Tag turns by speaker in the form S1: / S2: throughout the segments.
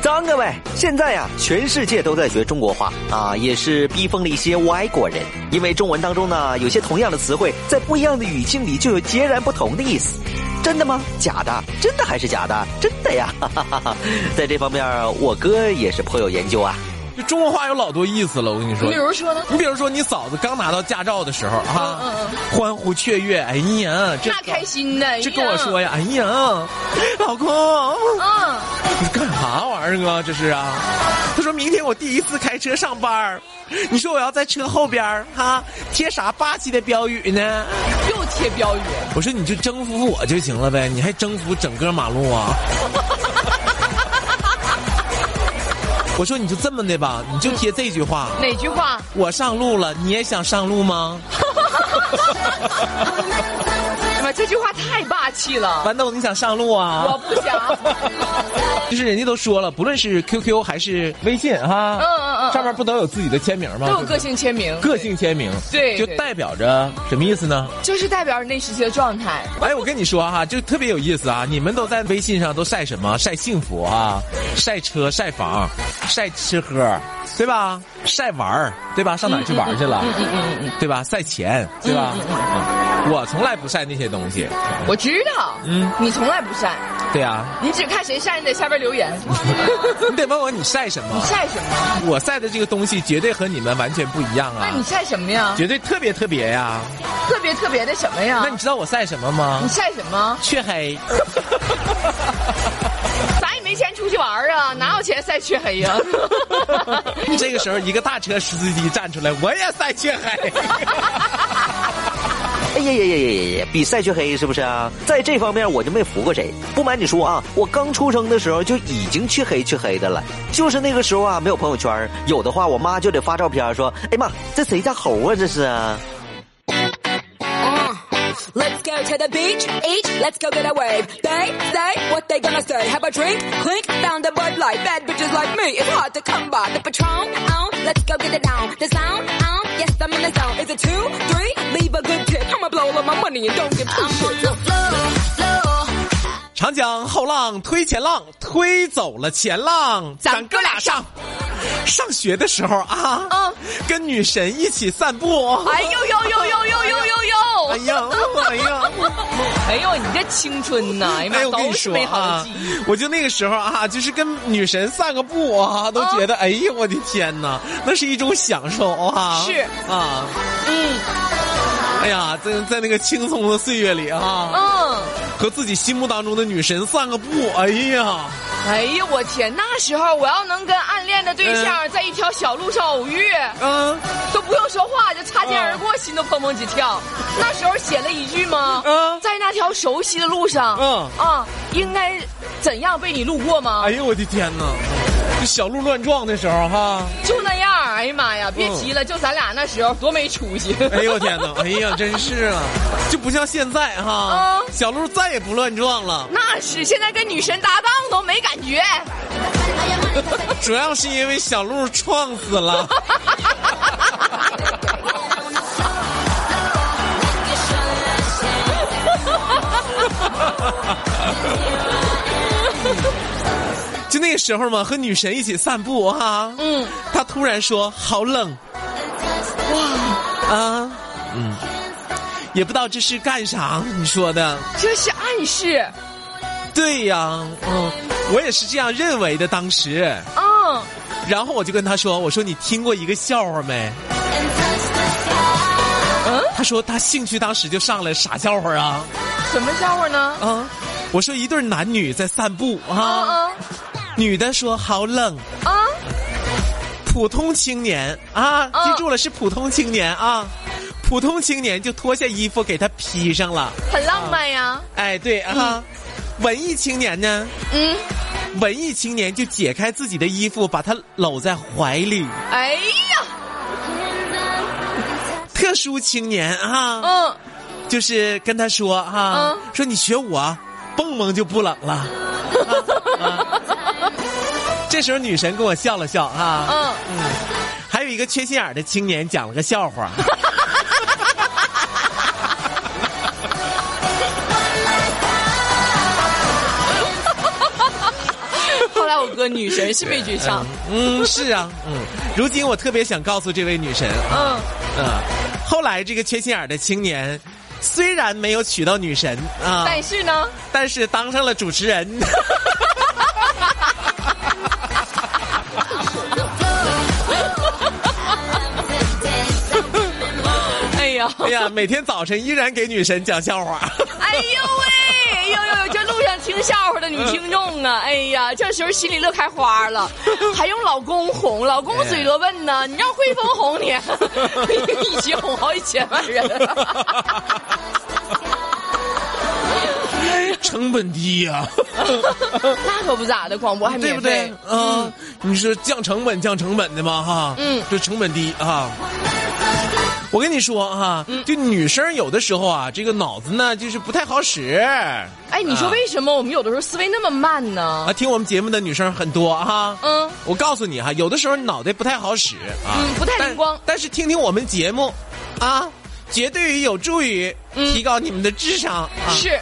S1: 早安，各位！现在呀、全世界都在学中国话啊，也是逼疯了一些外国人。因为中文当中呢，有些同样的词汇，在不一样的语境里就有截然不同的意思。真的吗？假的？真的还是假的？真的呀！ 哈哈哈哈在这方面，我哥也是颇有研究啊。
S2: 这中国话有老多意思了，我跟你说。
S3: 比如说呢？
S2: 你比如说，你嫂子刚拿到驾照的时候啊，
S3: 嗯嗯
S2: 欢呼雀跃，哎呀，这
S3: 那开心的，
S2: 这跟我说呀，哎呀，老公，
S3: 嗯，
S2: 你干啥玩意儿啊？这是啊？他说明天我第一次开车上班儿你说我要在车后边儿哈、贴啥霸气的标语呢？
S3: 又贴标语，
S2: 我说你就征服我就行了呗，你还征服整个马路 啊？我说你就这么的吧，你就贴这句话。
S3: 哪句话？
S2: 我上路了，你也想上路吗？
S3: 妈，这句话太霸气了，
S2: 豌豆，你想上路
S3: 我
S2: 啊？
S3: 不想。
S2: 就是人家都说了，不论是 QQ 还是微信哈，
S3: 嗯嗯嗯
S2: 上面不都有自己的签名吗？
S3: 都有
S2: 对不
S3: 个
S2: 对
S3: 性签名，
S2: 个性签名，
S3: 对
S2: 就
S3: 对
S2: 代表着什么意思呢？
S3: 就是代表那时期的状态。
S2: 哎，我跟你说哈、就特别有意思啊！你们都在微信上都晒什么？晒幸福啊，晒车、晒房、晒吃喝，对吧？晒玩儿，对吧？上哪儿去玩儿去了？
S3: 嗯
S2: 对吧？晒钱，对吧？嗯我从来不晒那些东西。
S3: 我知道，
S2: 嗯
S3: 你从来不晒，
S2: 对啊，
S3: 你只看谁晒，你在下边 留言，
S2: 你得问我你晒什么
S3: 你？晒什么？
S2: 我晒的这个东西绝对和你们完全不一样
S3: 那
S2: 啊
S3: 你！晒什么呀？
S2: 绝对特别特别呀、
S3: 特别特别的什么呀
S2: 那？你知道我晒什么
S3: 你
S2: 吗？
S3: 晒什么？
S2: 雀 黑。
S3: 咱也没钱出去玩啊，哪有钱晒黢黑 呀？
S2: 这个时候，一个大车司机站出来，我也晒雀黑。
S1: 哎呀呀呀呀呀呀！比赛却黑是不是啊？在这方面我就没服过谁。不瞒你说啊，我刚出生的时候就已经去黑去黑的了，就是那个时候啊，没有朋友圈，有的话我妈就得发照片说：“哎妈，这谁家猴啊？这是啊。”
S4: Uh, Let's go to the beach, eat, let's go get a wave. They say what they gonna say. Have a drink, clink, found a bud light. Bad bitches like me, it's hard to come by. The patron, on, let's go get it down. The sound, on, yes, I'm in the zone. Is it two, three? Leave a good tip. I'ma blow all my money and don't give two shits.
S2: 长江后浪推前浪，推走了前浪，咱哥俩上。上学的时候啊，
S3: 嗯
S2: 跟女神一起散步。
S3: 哎呦呦呦呦呦呦呦
S2: 哎
S3: 呦！
S2: 呀，哎呀，
S3: 哎呦，你这青 春呐，哎呀
S2: 哎，
S3: 妈，
S2: 我跟
S3: 都
S2: 你
S3: 是
S2: 说
S3: 美好的
S2: 啊
S3: 记忆。，
S2: 我就那个时候啊，就是跟女神散个步啊，都觉得，哎呀，我的天哪，那是一种享受啊。
S3: 是
S2: 啊，
S3: 嗯
S2: 哎呀，在在那个轻松的岁月里啊，
S3: 嗯。
S2: 和自己心目当中的女神散个步，哎呀，
S3: 哎呀，我天！那时候我要能跟暗恋的对象在一条小路上偶遇，
S2: 嗯、
S3: 都不用说话就擦肩而过，心都砰砰直跳。那时候写了一句吗？
S2: 嗯
S3: 在那条熟悉的路上，
S2: 嗯
S3: 啊，应该怎样被你路过吗
S2: 哎？呦我的天哪！这小鹿乱撞的时候哈，
S3: 就那样，哎呀妈呀，别提了，就咱俩那时候多没出息。
S2: 嗯哎呦我天哪！哎呀，真是啊，就不像现在哈，
S3: 嗯
S2: 小鹿再也不乱撞了，
S3: 那是现在跟女神搭档都没感觉，
S2: 主要是因为小鹿撞死了。就那个时候嘛，和女神一起散步哈，嗯，她突然说好冷，哇啊，嗯，也不知道这是干啥，你说的。
S3: 这是暗示。
S2: 对呀，嗯，我也是这样认为的。当时，
S3: 嗯，
S2: 然后我就跟他说：“我说你听过一个笑话没？”嗯，他说他兴趣当时就上来，啥笑话啊？
S3: 什么笑话呢？
S2: 啊，我说一对男女在散步
S3: 啊
S2: 啊，
S3: 啊
S2: 女的说好冷，
S3: 啊！
S2: 普通青年啊，
S3: 嗯
S2: 记住了是普通青年啊，普通青年就脱下衣服给他披上了。
S3: 很浪漫呀。
S2: 哎，对啊，文艺青年呢？
S3: 嗯，
S2: 文艺青年就解开自己的衣服，把她搂在怀里。
S3: 哎呀，
S2: 特殊青年啊，
S3: 嗯。
S2: 就是跟他说哈、啊
S3: 嗯
S2: 说你学我，蹦蹦就不冷了。啊 啊这时候女神跟我笑了笑啊，
S3: 嗯，
S2: 还有一个缺心眼儿的青年讲了个笑 话。
S3: 后来我个女神是没追上。
S2: 嗯，是啊，嗯，如今我特别想告诉这位女神啊，
S3: 嗯，
S2: 嗯，后来这个缺心眼儿的青年，虽然没有娶到女神啊，
S3: 但是呢，
S2: 但是当上了主持 人。
S3: 哎 呀，
S2: 哎呀，每天早晨依然给女神讲笑 话。
S3: 哎呦喂，呦呦呦，这路上听笑话的女听众啊，哎呀，这时候心里乐开花 了，还用老公哄，老公嘴多笨呢，你让汇丰哄 你，一起哄好几千万人。
S2: 成本低呀、
S3: 那可不咋的，广播还
S2: 对
S3: 免
S2: 不
S3: 费。
S2: 对？嗯，你说降成本降成本的嘛哈，
S3: 嗯
S2: 就成本低啊。我跟你说哈、
S3: 嗯
S2: 就女生有的时候啊，这个脑子呢就是不太好使
S3: 哎，你说
S2: 啊
S3: 为什么我们有的时候思维那么慢呢？
S2: 啊。听我们节目的女生很多啊，
S3: 嗯，
S2: 我告诉你哈、有的时候脑袋不太好使啊，
S3: 嗯不太灵
S2: 但
S3: 光
S2: 但是听听我们节目啊，绝对于有助于
S3: 嗯
S2: 提高你们的智商、啊，
S3: 是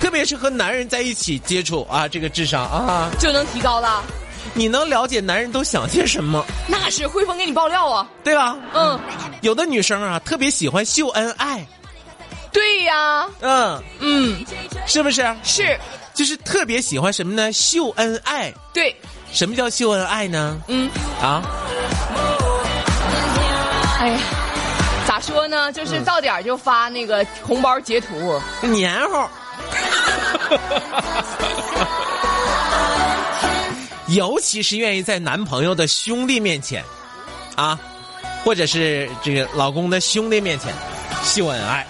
S2: 特别是和男人在一起接触啊，这个智商啊，
S3: 就能提高了。
S2: 你能了解男人都想些什么，
S3: 那是汇丰给你爆料啊，
S2: 对吧？
S3: 嗯，
S2: 有的女生啊，特别喜欢秀恩爱，
S3: 对呀，
S2: 嗯，
S3: 嗯，
S2: 是不是？
S3: 是，
S2: 就是特别喜欢什么呢？秀恩爱。
S3: 对，
S2: 什么叫秀恩爱呢？
S3: 嗯，
S2: 啊，
S3: 哎呀，咋说呢？就是到点儿就发那个红包截图，
S2: 黏糊。 尤其是愿意在男朋友的兄弟面前，啊，或者是这个老公的兄弟面前秀恩爱。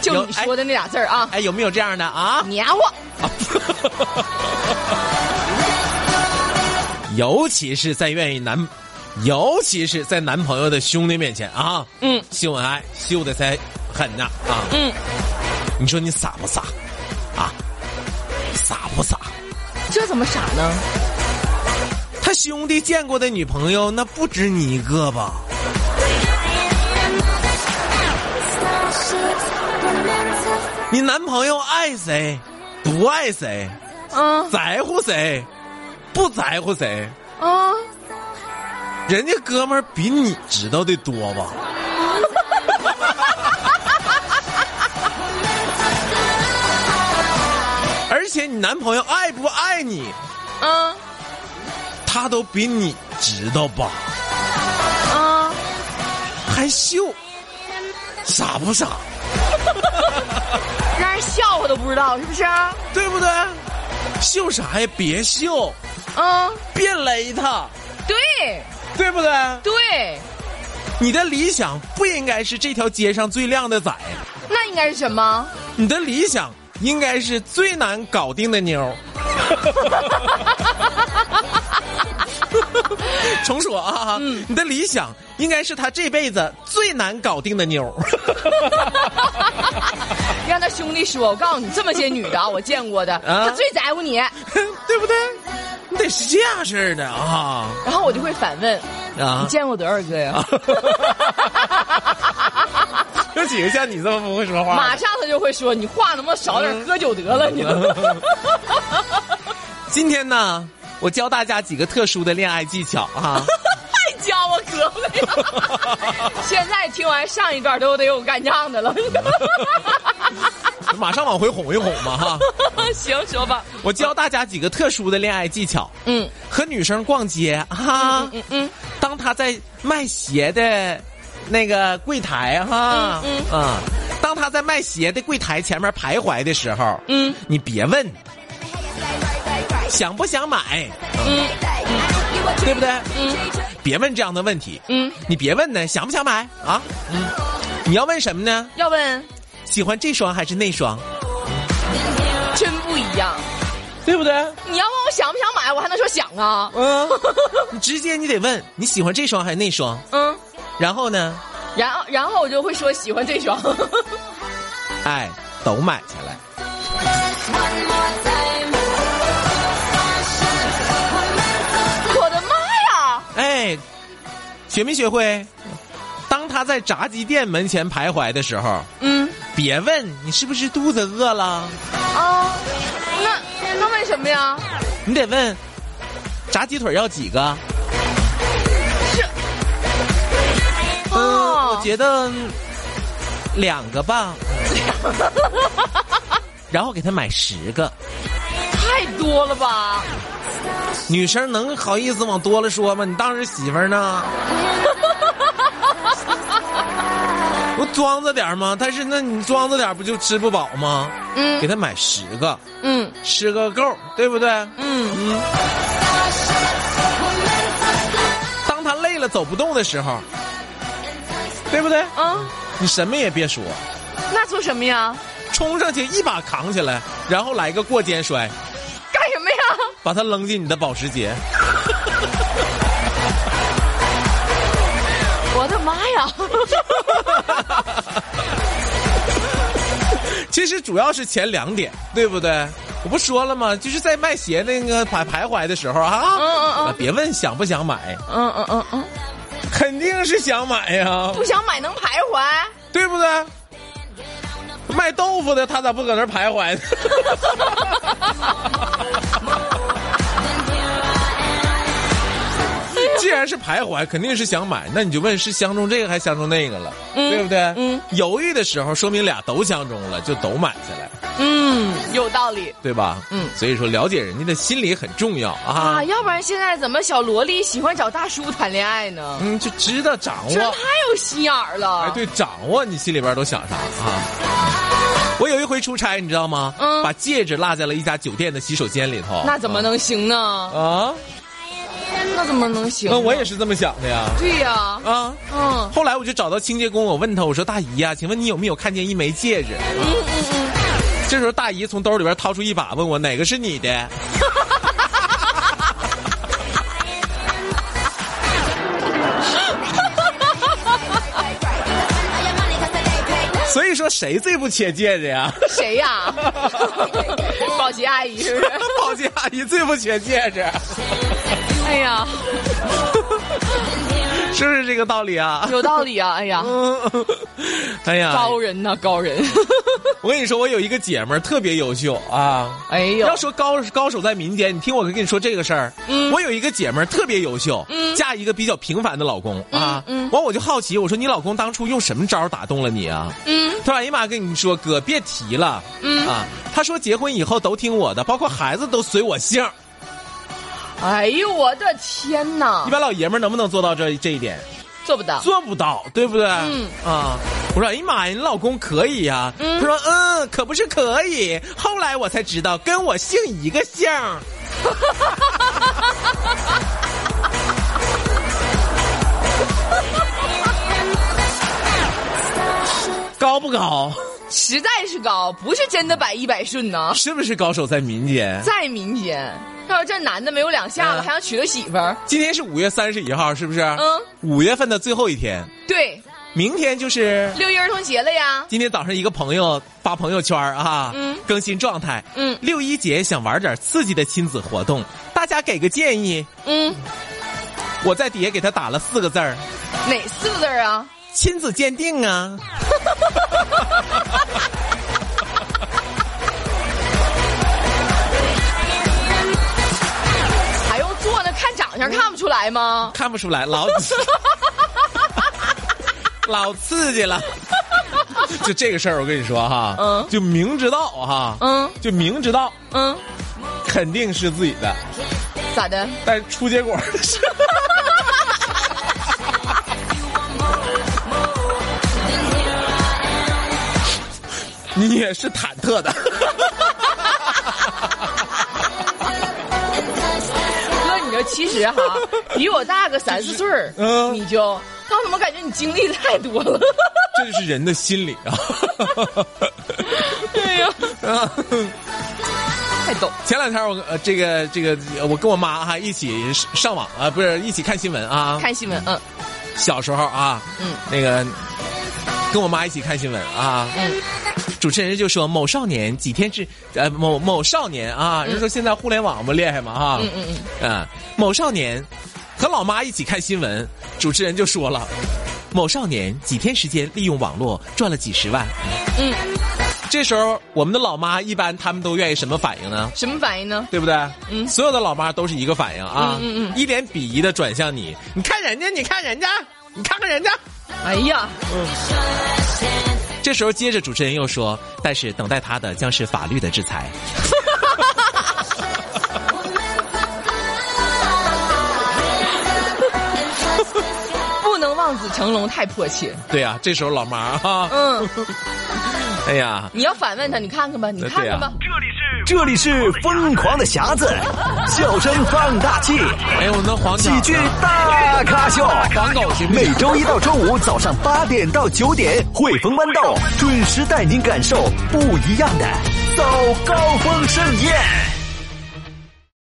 S3: 就
S2: 有
S3: 你说的那俩字儿啊，
S2: 哎，有没有这样的啊？
S3: 黏我。
S2: 尤其是在愿意男，尤其是在男朋友的兄弟面前啊，
S4: Mm,
S3: 嗯
S2: 秀恩爱秀的才狠呐啊！
S3: 嗯，
S2: 你说你傻不傻啊？傻不傻？
S3: 这怎么傻呢？
S2: 他兄弟见过的女朋友那不止你一个吧？你男朋友爱谁，不爱谁，
S3: 嗯
S2: 在乎谁，不在乎谁？
S3: 嗯，
S2: 人家哥们儿比你知道的多吧？而且你男朋友爱不爱你，
S3: 嗯
S2: 他都比你知道吧？
S3: 嗯，
S2: 还秀，傻不傻？
S3: 让人笑话都不知道是不是？啊
S2: 对不对？秀啥呀？别秀，
S3: 嗯，
S2: 别勒他，
S3: 对
S2: 对不对？
S3: 对，
S2: 你的理想不应该是这条街上最靓的仔，啊
S3: 那应该是什么？
S2: 你的理想应该是最难搞定的妞儿。 重说啊，
S3: 嗯
S2: 你的理想应该是他这辈子最难搞定的妞儿。
S3: 让他兄弟说，我告诉你，这么些女 的啊，我见过的，
S2: 啊
S3: 她最在乎你。
S2: 对不对？你得是这样式儿的啊
S3: 然后我就会反问：你
S2: 啊！
S3: 见过多少个 呀？
S2: 有几个像你这么不会说话？
S3: 马上他就会说：“你话能不能少点？喝酒得了，你。
S2: 今天呢，我教大家几个特殊的恋爱技巧啊！
S3: 太教我胳膊 了。现在听完上一段都得有干仗 的了。
S2: 马上往回哄一哄嘛哈！
S3: 行，说吧。
S2: 我教大家几个特殊的恋爱技巧。
S3: 嗯
S2: 和女生逛街哈、
S3: 嗯嗯，
S2: 当她在卖鞋的那个柜台哈，
S3: 嗯
S2: 啊，当她在卖鞋的柜台前面徘徊的时候，
S3: 嗯，
S2: 你别问想不想买，嗯对不对？
S3: 嗯，
S2: 别问这样的问题，
S3: 嗯，
S2: 你别问呢，想不想买啊？嗯，你要问什么呢？
S3: 要问
S2: 喜欢这双还是那双，
S3: 真不一样。
S2: 对不对？
S3: 你要问我想不想买，我还能说想啊。
S2: 嗯，你直接你得问你喜欢这双还是那双，
S4: uh.
S3: 嗯，
S2: 然后呢，
S3: 然后然后我就会说喜欢 这双。
S2: 哎，都买下来。
S3: 我的妈呀！
S2: 哎，学没学会？当他在炸鸡店门前徘徊的时候，
S3: 嗯
S2: 别问你是不是肚子饿了，
S3: 啊，那那为什么呀？
S2: 你得问炸鸡腿要几个？嗯，我
S3: 哦，
S2: 觉得嗯两个 吧。然后给他买十个，
S3: 太多了吧？
S2: 女生能好意思往多了说吗？你当是媳妇儿 呢？不装着点儿吗？但是那你装着点儿不就吃不饱吗？
S3: 嗯
S2: 给他买十个，
S3: 嗯
S2: 吃个够，对不对？
S3: 嗯，
S2: 当他累了走不动的时候，对不对？
S3: 啊，
S2: 你什么也别说，
S3: 那做什么呀？
S2: 冲上去一把扛起来，然后来个过肩摔，
S3: 干什么呀？
S2: 把他扔进你的保时捷。
S3: 我的妈呀！
S2: 其实主要是前两点，对不对？我不说了吗？就是在卖鞋那个徘徘徊的时候啊，
S3: 嗯嗯嗯
S2: 别问想不想买，
S3: 嗯嗯嗯嗯，
S2: 肯定是想买呀、
S3: 不想买能徘徊。
S2: 对不对？卖豆腐的他咋不搁那儿徘徊 呢？既然是徘徊，肯定是想买，那你就问是相中这个还相中那个了，对不对？
S3: 嗯，
S2: 犹豫的时候，说明俩都相中了，就都买下来，
S3: 嗯，有道理
S2: 对吧？
S3: 嗯
S2: 所以说了解人家的心理很重要啊
S3: 啊，。要不然现在怎么小萝莉喜欢找大叔谈恋爱呢？
S2: 嗯，就知道掌
S3: 真
S2: 握
S3: 太。有心眼儿了。
S2: 哎，对，掌握你心里边都想啥啊？我有一回出差，你知道吗？
S3: 嗯
S2: 把戒指落在了一家酒店的洗手间里头。
S3: 那怎么能行呢？
S2: 啊？
S3: 那怎么能行呢？
S2: 那我也是这么想的呀。
S3: 对呀、
S2: 啊。
S3: 嗯，
S2: 后来我就找到清洁工，我问他，我说：“大姨呀、啊请问你有没有看见一枚戒指？”嗯嗯嗯。这时候大姨从兜里边掏出一把，问我哪个是你的？ 所以说，谁最不缺戒指呀？
S3: 谁呀、保洁阿姨是不是？
S2: 保洁阿姨最不缺戒指，
S3: 哎呀，
S2: 是不是这个道理 啊？
S3: 有道理啊！哎呀，
S2: 嗯，哎呀，
S3: 高人呐、高人！
S2: 我跟你说，我有一个姐们儿特别优秀啊。
S3: 哎呦
S2: 要，说高高手在民间，你听我跟你说这个事儿。
S3: 嗯
S2: 我有一个姐们儿特别优秀，嫁一个比较平凡的老公啊。
S3: 嗯
S2: 完我就好奇，我说你老公当初用什么招儿打动了你啊？
S3: 嗯
S2: 他说：“哎呀妈，跟你说哥，别提了。
S3: 嗯
S2: 啊，他说结婚以后都听我的，包括孩子都随我姓儿。
S3: 哎呦，我的天
S2: 一
S3: 呐，
S2: 般老爷们儿能不能做到这这一点？
S3: 做不到。
S2: 做不到，对不对？
S3: 嗯
S2: 啊，我说哎呀妈呀，你老公可以呀、
S3: 嗯
S2: 他说嗯，可不是可以。后来我才知道，跟我姓一个姓儿。 高不高？
S3: 实在是高，不是真的百依百顺呐，
S2: 是不是高手在民间？
S3: 在民间。要说这男的没有两下子，
S2: 嗯
S3: 还想娶个媳妇儿？
S2: 今天是五月三十一号，是不是？
S3: 嗯。
S2: 五月份的最后一天，
S3: 对，
S2: 明天就是
S3: 六一儿童节了呀。
S2: 今天早上一个朋友发朋友圈儿啊，
S3: 嗯
S2: 更新状态，
S3: 嗯
S2: 六一节想玩点刺激的亲子活动，大家给个建议。
S3: 嗯，
S2: 我在底下给他打了四个字儿：
S3: 哪四个字儿啊？
S2: 亲子鉴定啊。
S3: 还用做呢？看长相看不出来吗？
S2: 看不出来，老 老刺激了。就这个事儿，我跟你说哈，
S3: 嗯
S2: 就明知道哈，
S3: 嗯
S2: 就明知道
S3: 嗯，
S2: 肯定是自己的，
S3: 咋的？
S2: 但是出结果儿 的时候你也是忐忑的。
S3: 哥，你这其 实哈，比我大个三四岁儿，
S2: 嗯
S3: 你就，但我怎么感觉你经历的太多 了？
S2: 这就是人的心理
S3: 哎呀，
S2: 啊！
S3: 太逗！
S2: 前两天我呃这个这个我跟我妈哈、一起上网啊，不是一起看新闻啊。
S3: 看新闻，嗯
S2: 小时候啊，
S3: 嗯，
S2: 那个跟我妈一起看新闻啊，
S3: 嗯，
S2: 主持人就说某少年几天之呃某某少年啊，人说现在互联网不厉害嘛啊，
S3: 嗯嗯
S2: 嗯，啊某少年和老妈一起看新闻，主持人就说了，某少年几天时间利用网络赚了几十万，
S3: 嗯，
S2: 这时候我们的老妈一般他们都愿意什么反应呢？
S3: 什么反应呢？
S2: 对不对？嗯，所有的老妈都是一个反应啊，嗯嗯一脸鄙夷的转向你，你看人家，你看人家，你看看人家。
S3: 哎呀，
S2: 这时候接着主持人又说，但是等待他的将是法律的制裁。
S3: 不能望子成龙，太迫切。
S2: 对呀、这时候老妈啊，
S3: 嗯，
S2: 哎呀，
S3: 你要反问他，你看看吧，你看看吧。
S1: 这里是疯狂的匣子，笑声放大器，
S2: 哎呦，我们的黄
S1: 喜
S2: 角
S1: 剧大咖秀。
S2: 黄狗行不
S1: 每
S2: 行？
S1: 周一到周五早上八点到九点，汇丰豌豆准时带您感受不一样的早高峰盛宴。